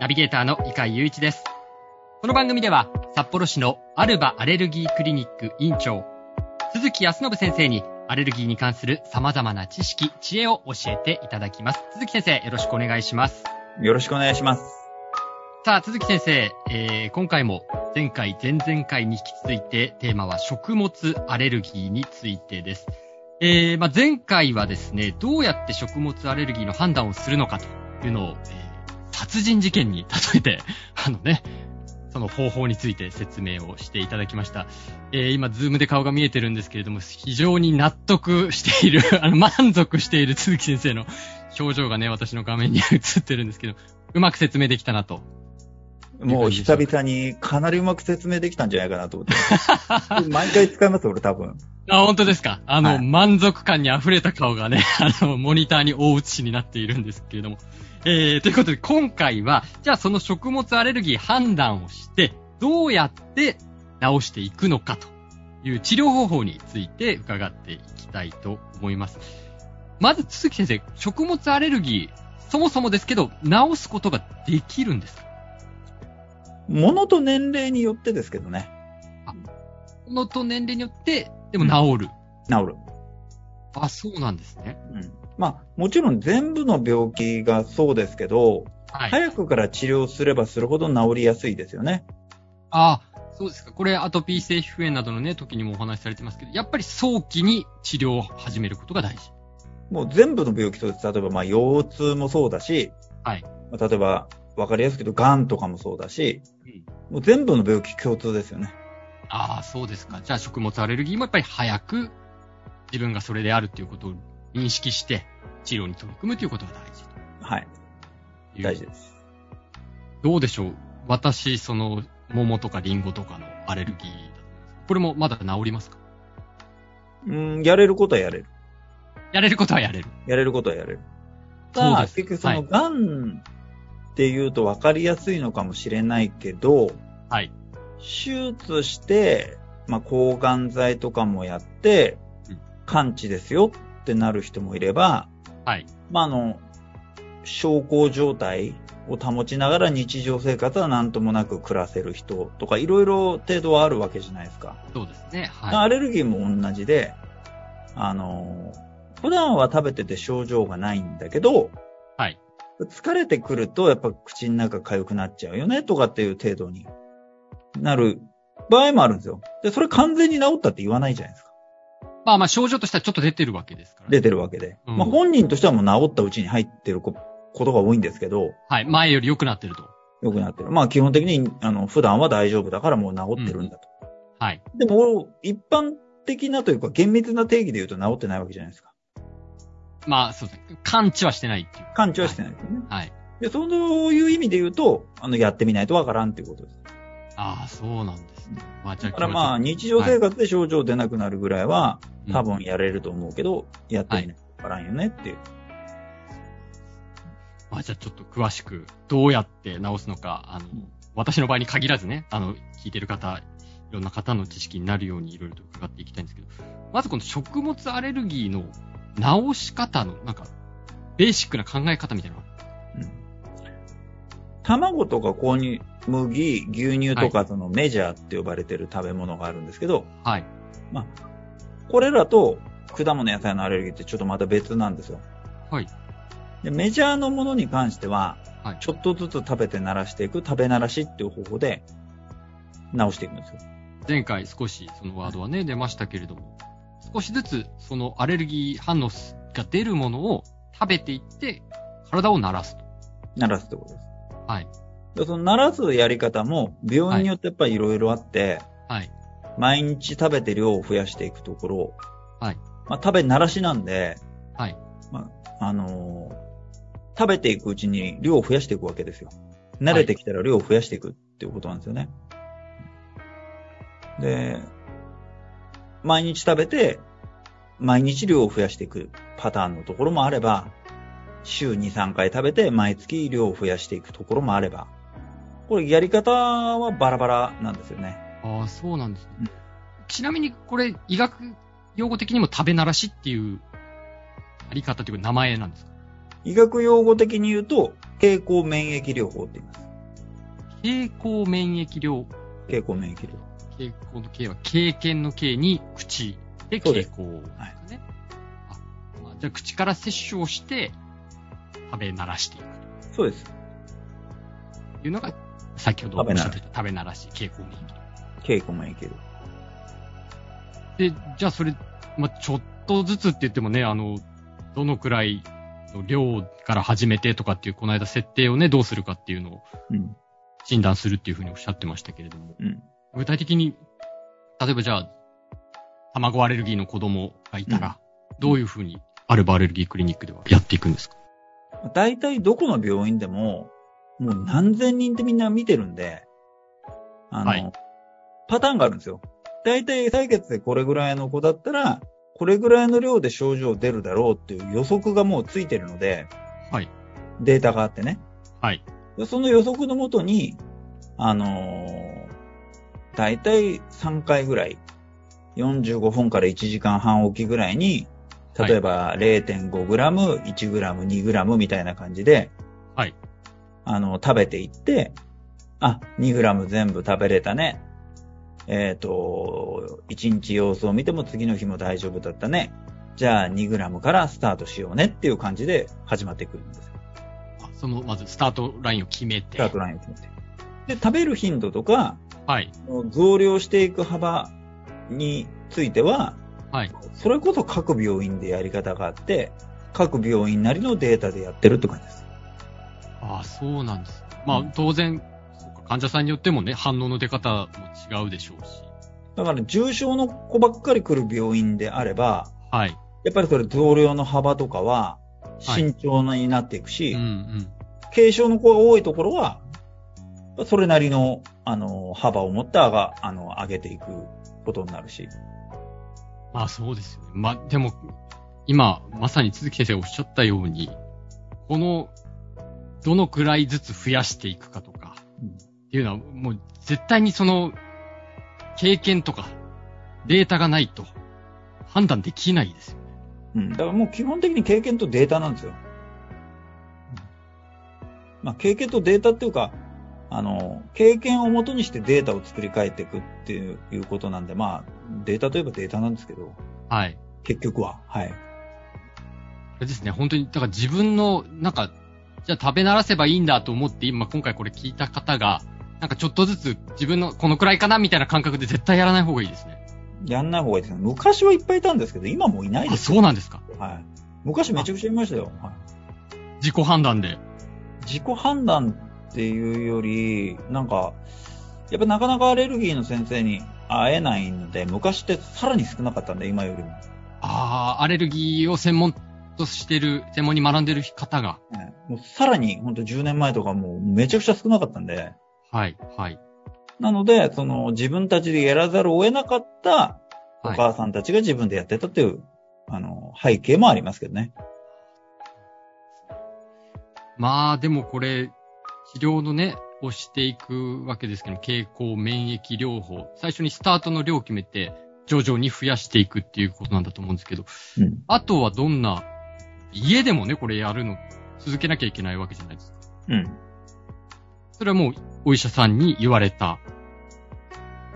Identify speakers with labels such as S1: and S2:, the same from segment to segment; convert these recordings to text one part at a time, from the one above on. S1: ナビゲーターの井川祐一です。この番組では、札幌市のアルバアレルギークリニック院長、鈴木康信先生にアレルギーに関する様々な知識、知恵を教えていただきます。鈴木先生、よろしくお願いします。
S2: よろしくお願いします。
S1: さあ、鈴木先生、えー、今回も前回、前々回に引き続いて、テーマは食物アレルギーについてです。えー、まあ、前回はですね、どうやって食物アレルギーの判断をするのかというのを、えー殺人事件に例えて、 あのね、その方法について説明をしていただきました。えー、今、ズームで顔が見えてるんですけれども、非常に納得している、 あの、満足している鈴木先生の表情がね、私の画面に映ってるんですけど、うまく説明できたなと。
S2: もう久々にかなりうまく説明できたんじゃないかなと思って。 毎回使います、俺多分。
S1: あ、本当ですか。あの、はい、満足感に溢れた顔がね、 あの、モニターに大写しになっているんですけれども。えー、ということで今回は、じゃあその食物アレルギー判断をして、どうやって治していくのかという治療方法について伺っていきたいと思います。まず、鈴木先生、食物アレルギー、そもそもですけど、治すことができるんですか
S2: ものと年齢によってですけどね。
S1: ものと年齢によって、でも治る。
S2: うん、治る。
S1: あ、そうなんですね。
S2: うん。まあ、もちろん全部の病気がそうですけど、はい、早くから治療すればするほど治りやすいですよね。
S1: あそうですか。これ、アトピー性皮膚炎などのね、時にもお話しされてますけど、やっぱり早期に治療を始めることが大事。
S2: もう全部の病気と、例えば、まあ、腰痛もそうだし、
S1: はい。
S2: まあ、例えば、わかりやすく言うと、癌とかもそうだし、うん、もう全部の病気共通ですよね。
S1: ああ、そうですか。じゃあ、食物アレルギーもやっぱり早く、自分がそれであるということを認識して治療に取り組むということが大事
S2: はい。大事です。
S1: どうでしょう私、その、桃とかリンゴとかのアレルギー、これもまだ治りますか
S2: うん、やれることはやれる。
S1: やれることはやれる。
S2: やれることはやれる。そうです。結局その、癌、はい、って言うと分かりやすいのかもしれないけど、
S1: はい。
S2: 手術して、まあ、抗がん剤とかもやって、うん、完治ですよってなる人もいれば、
S1: はい。
S2: まあ、あの、昇降状態を保ちながら日常生活はなんともなく暮らせる人とか、いろいろ程度はあるわけじゃないですか。
S1: そうですね。はい。
S2: アレルギーも同じで、あの、普段は食べてて症状がないんだけど、
S1: はい。
S2: 疲れてくると、やっぱ口の中痒くなっちゃうよねとかっていう程度になる場合もあるんですよ。で、それ完全に治ったって言わないじゃないですか。
S1: まあまあ症状としてはちょっと出てるわけですから、
S2: ね、出てるわけで。うん、まあ本人としてはもう治ったうちに入ってることが多いんですけど。
S1: はい。前より良くなってると。
S2: 良くなってる。まあ基本的に、あの、普段は大丈夫だからもう治ってるんだと。
S1: うん、はい。
S2: でも、一般的なというか厳密な定義で言うと治ってないわけじゃないですか。
S1: まあそうですね。完治はしてないっていう。
S2: 完治はしてないですね、
S1: はい。はい。
S2: で、そういう意味で言うと、あの、やってみないとわからんっていうことです。
S1: ああ、そうなんですね。
S2: まあ、じゃあ、だからまあ、日常生活で症状出なくなるぐらいは、はい、多分やれると思うけど、うん、やってみないとわからんよねっていう。はい、
S1: まあ、じゃあちょっと詳しく、どうやって治すのか、あの、うん、私の場合に限らずね、あの、聞いてる方、いろんな方の知識になるようにいろいろと伺っていきたいんですけど、まずこの食物アレルギーの治し方の、なんか、ベーシックな考え方みたいなの
S2: 卵とかこに麦、牛乳とかそのメジャーって呼ばれてる食べ物があるんですけど、
S1: はい。
S2: まあ、これらと果物野菜のアレルギーってちょっとまた別なんですよ。
S1: はい。
S2: でメジャーのものに関しては、はい、ちょっとずつ食べて慣らしていく、食べ慣らしっていう方法で直していくんですよ。
S1: 前回少しそのワードはね、出ましたけれども、少しずつそのアレルギー反応が出るものを食べていって、体を慣らすと。
S2: 慣らすってことです。
S1: はい。
S2: その、鳴らすやり方も、病院によってやっぱりいろいろあって、
S1: はい。
S2: 毎日食べて量を増やしていくところ、
S1: はい。
S2: まあ、食べ慣らしなんで、
S1: はい。
S2: まあ、あのー、食べていくうちに量を増やしていくわけですよ。慣れてきたら量を増やしていくっていうことなんですよね。で、毎日食べて、毎日量を増やしていくパターンのところもあれば、週2、3回食べて毎月量を増やしていくところもあれば、これやり方はバラバラなんですよね。
S1: ああ、そうなんですね。
S2: うん
S1: ちなみに、これ、医学用語的にも食べ慣らしっていう、あり方というか名前なんですか
S2: 医学用語的に言うと、経口免疫療法って言います。
S1: 経口免疫療
S2: 経口免疫療法。
S1: 傾向の経は経験の経に口で
S2: そうで
S1: 傾
S2: す
S1: 向ですね。
S2: はい
S1: あまあじゃあ口から摂取をして食べ慣らしていく
S2: そうです。
S1: というのが先ほどおっしゃってた食べ慣らし、傾向免
S2: 経口免疫療法。
S1: 疫。で、じゃあそれ、まあちょっとずつって言ってもね、あの、どのくらいの量から始めてとかっていう、この間設定をね、どうするかっていうのを
S2: うん。
S1: 診断するっていうふうにおっしゃってましたけれども、
S2: うん。
S1: 具体的に、例えばじゃあ、卵アレルギーの子供がいたら、どういうふうにアルバアレルギークリニックではやっていくんですか
S2: 大体どこの病院でも、もう何千人ってみんな見てるんで、あの、
S1: はい
S2: パターンがあるんですよ。大体採血でこれぐらいの子だったら、これぐらいの量で症状出るだろうっていう予測がもうついてるので、
S1: はい。
S2: データがあってね。
S1: はい。
S2: でその予測のもとに、あのー、大体3回ぐらい、45分から1時間半おきぐらいに、例えば 0.5g、1g、2g みたいな感じで、
S1: はい。
S2: あの、食べていって、あ、2g 全部食べれたね。えっ、と、1日様子を見ても次の日も大丈夫だったね。じゃあ 2g からスタートしようねっていう感じで始まってくるんですよ。
S1: あその、まずスタートラインを決めて。
S2: スタートラインを決めて。で、食べる頻度とか、
S1: はい。
S2: 増量していく幅については、
S1: はい。
S2: それこそ各病院でやり方があって、各病院なりのデータでやってるって感じです。
S1: ああ、そうなんです。まあ、当然、そうか患者さんによってもね、反応の出方も違うでしょうし。
S2: だから重症の子ばっかり来る病院であれば、
S1: はい。
S2: やっぱりそれ増量の幅とかは
S1: はい
S2: 慎重になっていく
S1: う
S2: し、
S1: んうん。
S2: 軽症の子が多いところは、それなりの、あの、幅を持って上が、あの、上げていくことになるし。
S1: まあそうですよね。まあでも、今、まさに鈴木先生がおっしゃったように、この、どのくらいずつ増やしていくかとか、
S2: うん
S1: っていうのは、もう絶対にその、経験とか、データがないと、判断できないですよね。
S2: うん。だからもう基本的に経験とデータなんですよ。まあ、経験とデータっていうか、あの、経験をもとにしてデータを作り変えていくっていうことなんで、まあ、データといえばデータなんですけど、
S1: はい。
S2: 結局は。はい。
S1: あれですね、本当に、だから自分の、なんか、じゃあ食べ慣らせばいいんだと思って、今今回これ聞いた方が、なんかちょっとずつ自分のこのくらいかなみたいな感覚で絶対やらない方がいいですね。
S2: やんない方がいいですね。昔はいっぱいいたんですけど、今もういないで
S1: あ、
S2: す。
S1: そうなんですか。
S2: はい。昔めちゃくちゃいましたよ。はい
S1: 自己判断で。
S2: 自己判断っていうより、なんか、やっぱなかなかアレルギーの先生に会えないので、昔ってさらに少なかったんで、今よりも。
S1: ああ、アレルギーを専門としてる、専門に学んでる方が。
S2: ねもうさらに、本当10年前とかもうめちゃくちゃ少なかったんで、
S1: はい、はい、
S2: なので、その自分たちでやらざるを得なかったお
S1: はい。
S2: 母さんたちが自分でやってたという、あの、背景もありますけどね。
S1: まあ、でもこれ、治療のね、をしていくわけですけど、経口免疫療法。最初にスタートの量を決めて、徐々に増やしていくっていうことなんだと思うんですけど、
S2: うん。
S1: あとはどんな、家でもね、これやるの、続けなきゃいけないわけじゃないですか。
S2: うん。
S1: それはもう、お医者さんに言われた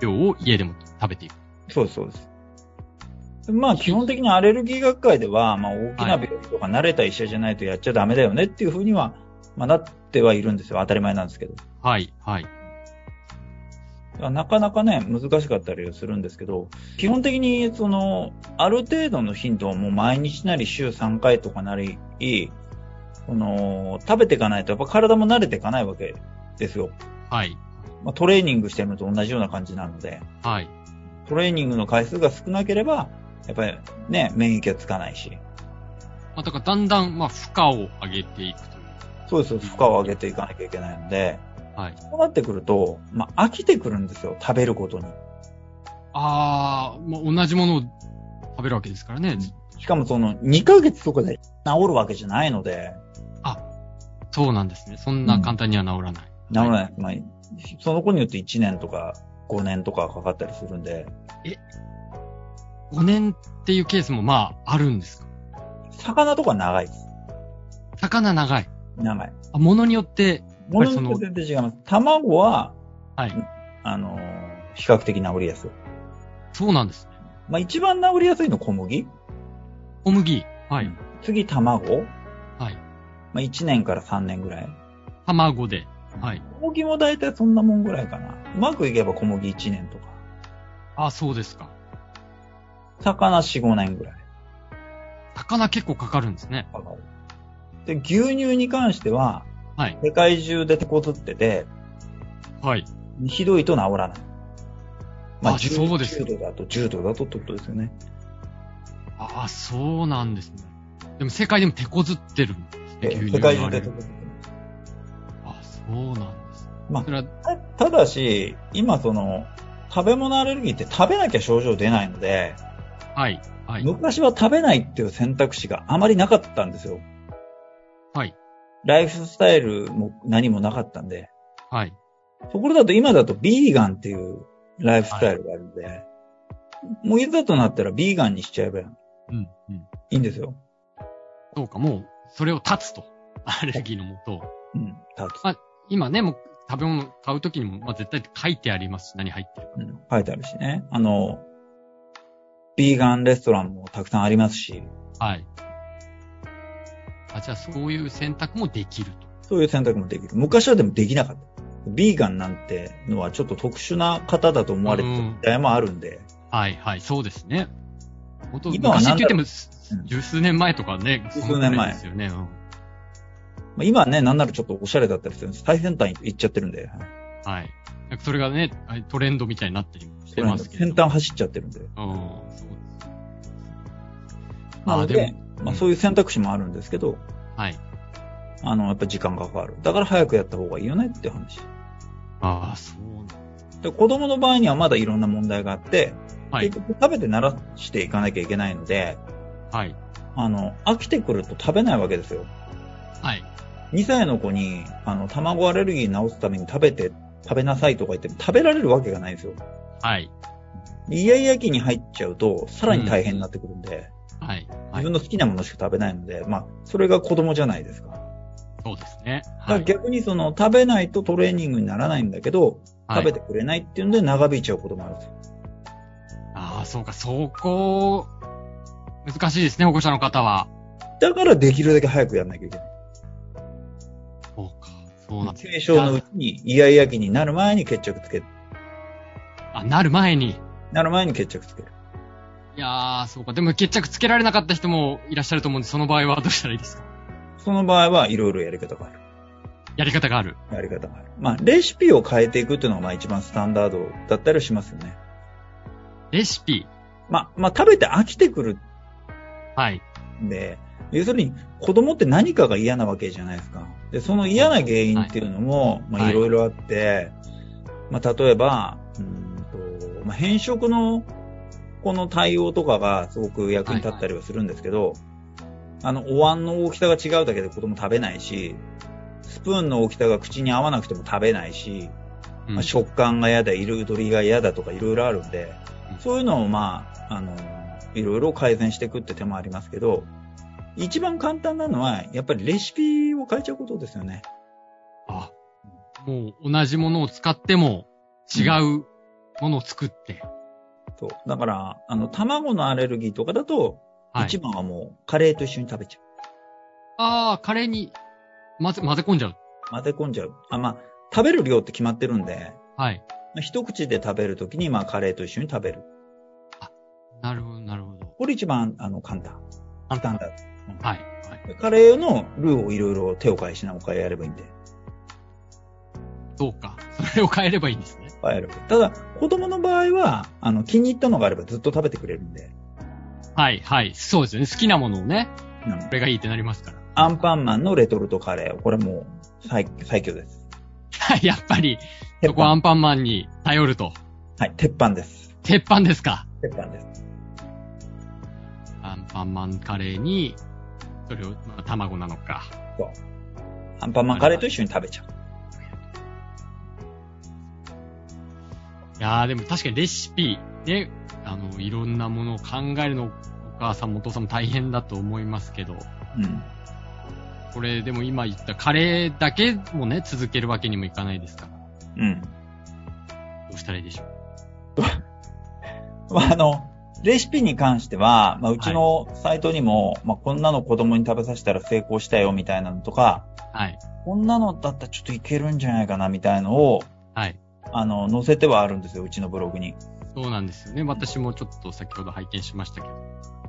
S1: 量を家でも食べていく。
S2: そうです、そうです。まあ、基本的にアレルギー学会では、まあ、大きな病院とか慣れた医者じゃないとやっちゃダメだよねっていうふうには、まあ、なってはいるんですよ。当たり前なんですけど。
S1: はい、はい。
S2: なかなかね、難しかったりするんですけど、基本的に、その、ある程度の頻度をもう毎日なり週3回とかなり、その、食べていかないとやっぱ体も慣れていかないわけですよ。
S1: はい、
S2: まあ、トレーニングしてるのと同じような感じなので、
S1: はい、
S2: トレーニングの回数が少なければ、やっぱりね、免疫はつかないし、
S1: まあ、だからだんだん、まあ、負荷を上げていくという。
S2: そうです、負荷を上げていかなきゃいけないので、
S1: はい。
S2: そうなってくると、まあ、飽きてくるんですよ、食べることに。
S1: ああ、もう同じものを食べるわけですからね。
S2: しかもその2ヶ月とかで治るわけじゃないので、
S1: そうなんですね。そんな簡単には治らない。
S2: 治らない。まあ、その子によって1年とか5年とかかかったりするんで、
S1: 5年っていうケースもまああるんですか
S2: 魚とか長いです。
S1: 魚長い。
S2: 長い。
S1: あ物によって、
S2: ものによって全然違います。卵は、
S1: はい。
S2: あのー、比較的治りやすい。
S1: そうなんですね。
S2: まあ一番治りやすいの小麦
S1: 小麦。はい。
S2: 次卵
S1: はい。
S2: まあ1年から3年ぐらい。
S1: 卵で。はい。
S2: 小麦も大体そんなもんぐらいかな。うまくいけば小麦1年とか。
S1: あそうですか。
S2: 魚4、5年ぐらい
S1: 魚結構かかるんですね。
S2: かかる。で、牛乳に関しては、
S1: はい。
S2: 世界中で手こずってて、
S1: はい。
S2: ひどいと治らない。
S1: あそうです
S2: 10度だと、10度だとってことですよね。
S1: ああ、そうなんですね。でも世界でも手こずってるんですね。
S2: え
S1: 牛
S2: ー
S1: 乳
S2: 世
S1: が
S2: 界
S1: 流れ
S2: 中で手
S1: る
S2: こずってる
S1: あそうなんです。
S2: まあ
S1: それは
S2: たただし、今その、食べ物アレルギーって食べなきゃ症状出ないので、
S1: はい。はい。
S2: 昔は食べないっていう選択肢があまりなかったんですよ。
S1: はい。
S2: ライフスタイルも何もなかったんで。
S1: はい。
S2: ところだと今だとビーガンっていうライフスタイルがあるんで、もういざとなったらビーガンにしちゃえばい
S1: うん。うん。
S2: いんですよ。
S1: そうか、もう、それを断つと。アレルギーのもと。
S2: うん。たつ
S1: あ今ね、もう、食べ物買うときにも、まあ、絶対書いてありますし、何入ってるか。
S2: うん書いてあるしね。あの、ビーガンレストランもたくさんありますし、
S1: はい。あ、じゃあ、そういう選択もできると。
S2: そういう選択もできる。昔はでもできなかった。ビーガンなんてのはちょっと特殊な方だと思われてた時代もあるんで、
S1: はい、はい、そうですね。本当
S2: 今は
S1: 昔って言っても、
S2: ろううん
S1: 十数年前とかね、
S2: 十数
S1: そんな
S2: 年前
S1: ですよね。うん
S2: まあ今はね、なんならちょっとおしゃれだったりするんです。最先端行っちゃってるんで、はい
S1: はい。なんかそれがね、あトレンドみたいになってりもしてますけど。
S2: 先端走っちゃってるんで。
S1: うん、そうです。
S2: な
S1: あ
S2: の
S1: あ、
S2: で
S1: で、
S2: まあそういう選択肢もあるんですけど、
S1: も、はい。
S2: あの、やっぱ時間がかかる。だから早くやった方がいいよねって話。
S1: ああ、そうなん
S2: で子供の場合にはまだいろんな問題があって、
S1: はい、
S2: 結局食べて慣らしていかなきゃいけないので、
S1: はい、
S2: あの、飽きてくると食べないわけですよ。
S1: はい。
S2: 2歳の子に、あの、卵アレルギー治すために食べて、食べなさいとか言っても食べられるわけがないんですよ。
S1: はい。
S2: イヤイヤ期に入っちゃうと、さらに大変になってくるんで、
S1: はい。は
S2: 自
S1: い
S2: 分。の好きなものしか食べないので、まあ、それが子供じゃないですか。
S1: そうですね。
S2: だか
S1: は
S2: ら
S1: い。
S2: 逆にその、食べないとトレーニングにならないんだけど、
S1: は
S2: 食
S1: い
S2: べてくれないっていうんで長引いちゃうこともあるんですよ。
S1: ああ、そうか、そこ、難しいですね、保護者の方は。
S2: だからできるだけ早くやんなきゃいけない。
S1: そうか、そうなん
S2: 軽症のうちに、イヤイヤ期になる前に決着つける。
S1: あ、なる前に。
S2: なる前に決着つける。
S1: いやー、そうか。でも決着つけられなかった人もいらっしゃると思うんで、その場合はどうしたらいいですか
S2: その場合はいろいろやり方がある。
S1: やり方がある。
S2: やり方がある。まあ、レシピを変えていくっていうのがまあ一番スタンダードだったりはしますよね。
S1: レシピ。
S2: まあ、まあ食べて飽きてくる
S1: はい。
S2: んで、要するに子供って何かが嫌なわけじゃないですか。で、その嫌な原因っていうのも、
S1: い
S2: まあ
S1: はい
S2: いろいろあって、まあ例えば、うーんと、まあ変色のこの対応とかがすごく役に立ったりはするんですけど、あの、お椀の大きさが違うだけで子供食べないし、スプーンの大きさが口に合わなくても食べないし、
S1: うん
S2: まあ、食感が嫌だ、彩りが嫌だとかいろいろあるんで
S1: うん、
S2: そういうのをまあ、あの、いろいろ改善していくって手もありますけど、一番簡単なのは、やっぱりレシピを変えちゃうことですよね。
S1: あ、もう同じものを使っても違うものを作って。
S2: そう。だから、あの、卵のアレルギーとかだと、
S1: はい
S2: 一。番はもうカレーと一緒に食べちゃ
S1: あー、カレーに混ぜ、混ぜ込んじゃう。
S2: う。混ぜ込んじゃう。あ、まあ、食べる量って決まってるんで、
S1: はい。
S2: まあ一口で食べるときに、まあ、カレーと一緒に食べる。
S1: なるほど、なるほど。
S2: これ一番、あの、簡単。簡単だ。
S1: はい。はい。
S2: カレーのルーをいろいろ手を変え品を変えやればいいんで。
S1: そうか。それを変えればいいんですね。
S2: 変える。ただ、子供の場合は、あの、気に入ったのがあればずっと食べてくれるんで。
S1: はい、はい。そうですよね。好きなものをね、
S2: なの
S1: これがいいってなりますから。
S2: アンパンマンのレトルトカレー。これもう最、最強です。
S1: やっぱり、そこはアンパンマンに頼ると。
S2: はい、鉄板です。
S1: 鉄板ですか。
S2: 鉄板です。
S1: アンパンマンカレーに、それを、まあ、卵なのか。
S2: アンパンマンカレーと一緒に食べちゃう。
S1: いやー、でも確かにレシピ、ね、あの、いろんなものを考えるの、お母さんもお父さんも大変だと思いますけど、
S2: うん。
S1: これでも今言ったカレーだけもね、続けるわけにもいかないですから、ど
S2: うん。
S1: うしたらいいでしょう。
S2: まあ、あの、レシピに関しては、まあ、うちのサイトにも、まあ、こんなの子供に食べさせたら成功したよ、みたいなのとか、
S1: はい。
S2: こんなのだったらちょっといけるんじゃないかな、みたいのを、
S1: はい。
S2: あの、載せてはあるんですよ、うちのブログに。
S1: そうなんですよね。私もちょっと先ほど拝見しましたけど、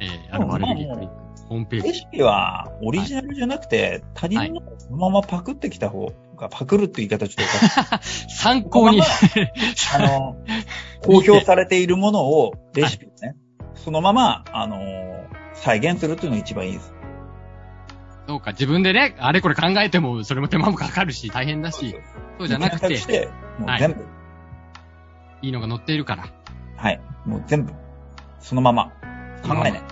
S1: えー、あ
S2: うん
S1: の、アレルギークリニックホームペー
S2: レ
S1: ジ。
S2: シピはオリジナルじゃなくて、他人のそのままパクってきた方が、パクるって言い方ちょっとおかしい。
S1: 参考に、
S2: あの、公表されているものを、レシピをね、そのまま、あの、再現するっていうのが一番いいです。
S1: そうか、自分でね、あれこれ考えても、それも手間もかかるし、大変だし、そうじゃなく
S2: 検
S1: て
S2: 索し、て、もう
S1: はい
S2: 全部、
S1: いいのが載っているから。
S2: はい。もう全部、そのまま。考えない。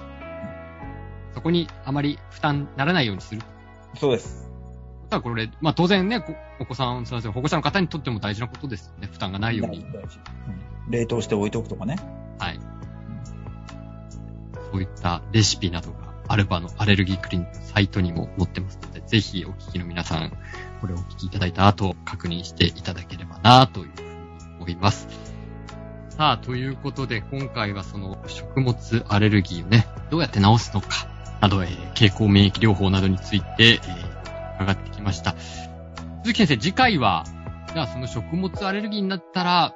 S1: そこにあまり負担ならないようにする。
S2: そうです。
S1: ただこれ、まあ当然ね、こお子さん、すみません、保護者の方にとっても大事なことですよね。負担がないように。
S2: うん冷凍して置いとくとかね。
S1: はい。そういったレシピなどが、アルバのアレルギークリニックのサイトにも載ってますので、ぜひお聞きの皆さん、これをお聞きいただいた後、確認していただければな、というふうに思います。さあ、ということで、今回はその食物アレルギーをね、どうやって治すのか、など、えー、経口免疫療法などについて、えー伺ってきました。鈴木先生、次回は、じゃあその食物アレルギーになったら、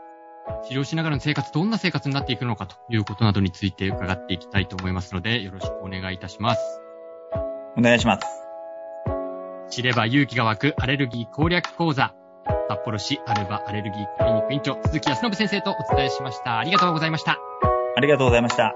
S1: 治療しながらの生活、どんな生活になっていくのかということなどについて伺っていきたいと思いますので、よろしくお願いいたします。
S2: お願いします。
S1: 知れば勇気が湧くアレルギー攻略講座。札幌市アルバアレルギークリニック院長、鈴木康信先生とお伝えしました。ありがとうございました。
S2: ありがとうございました。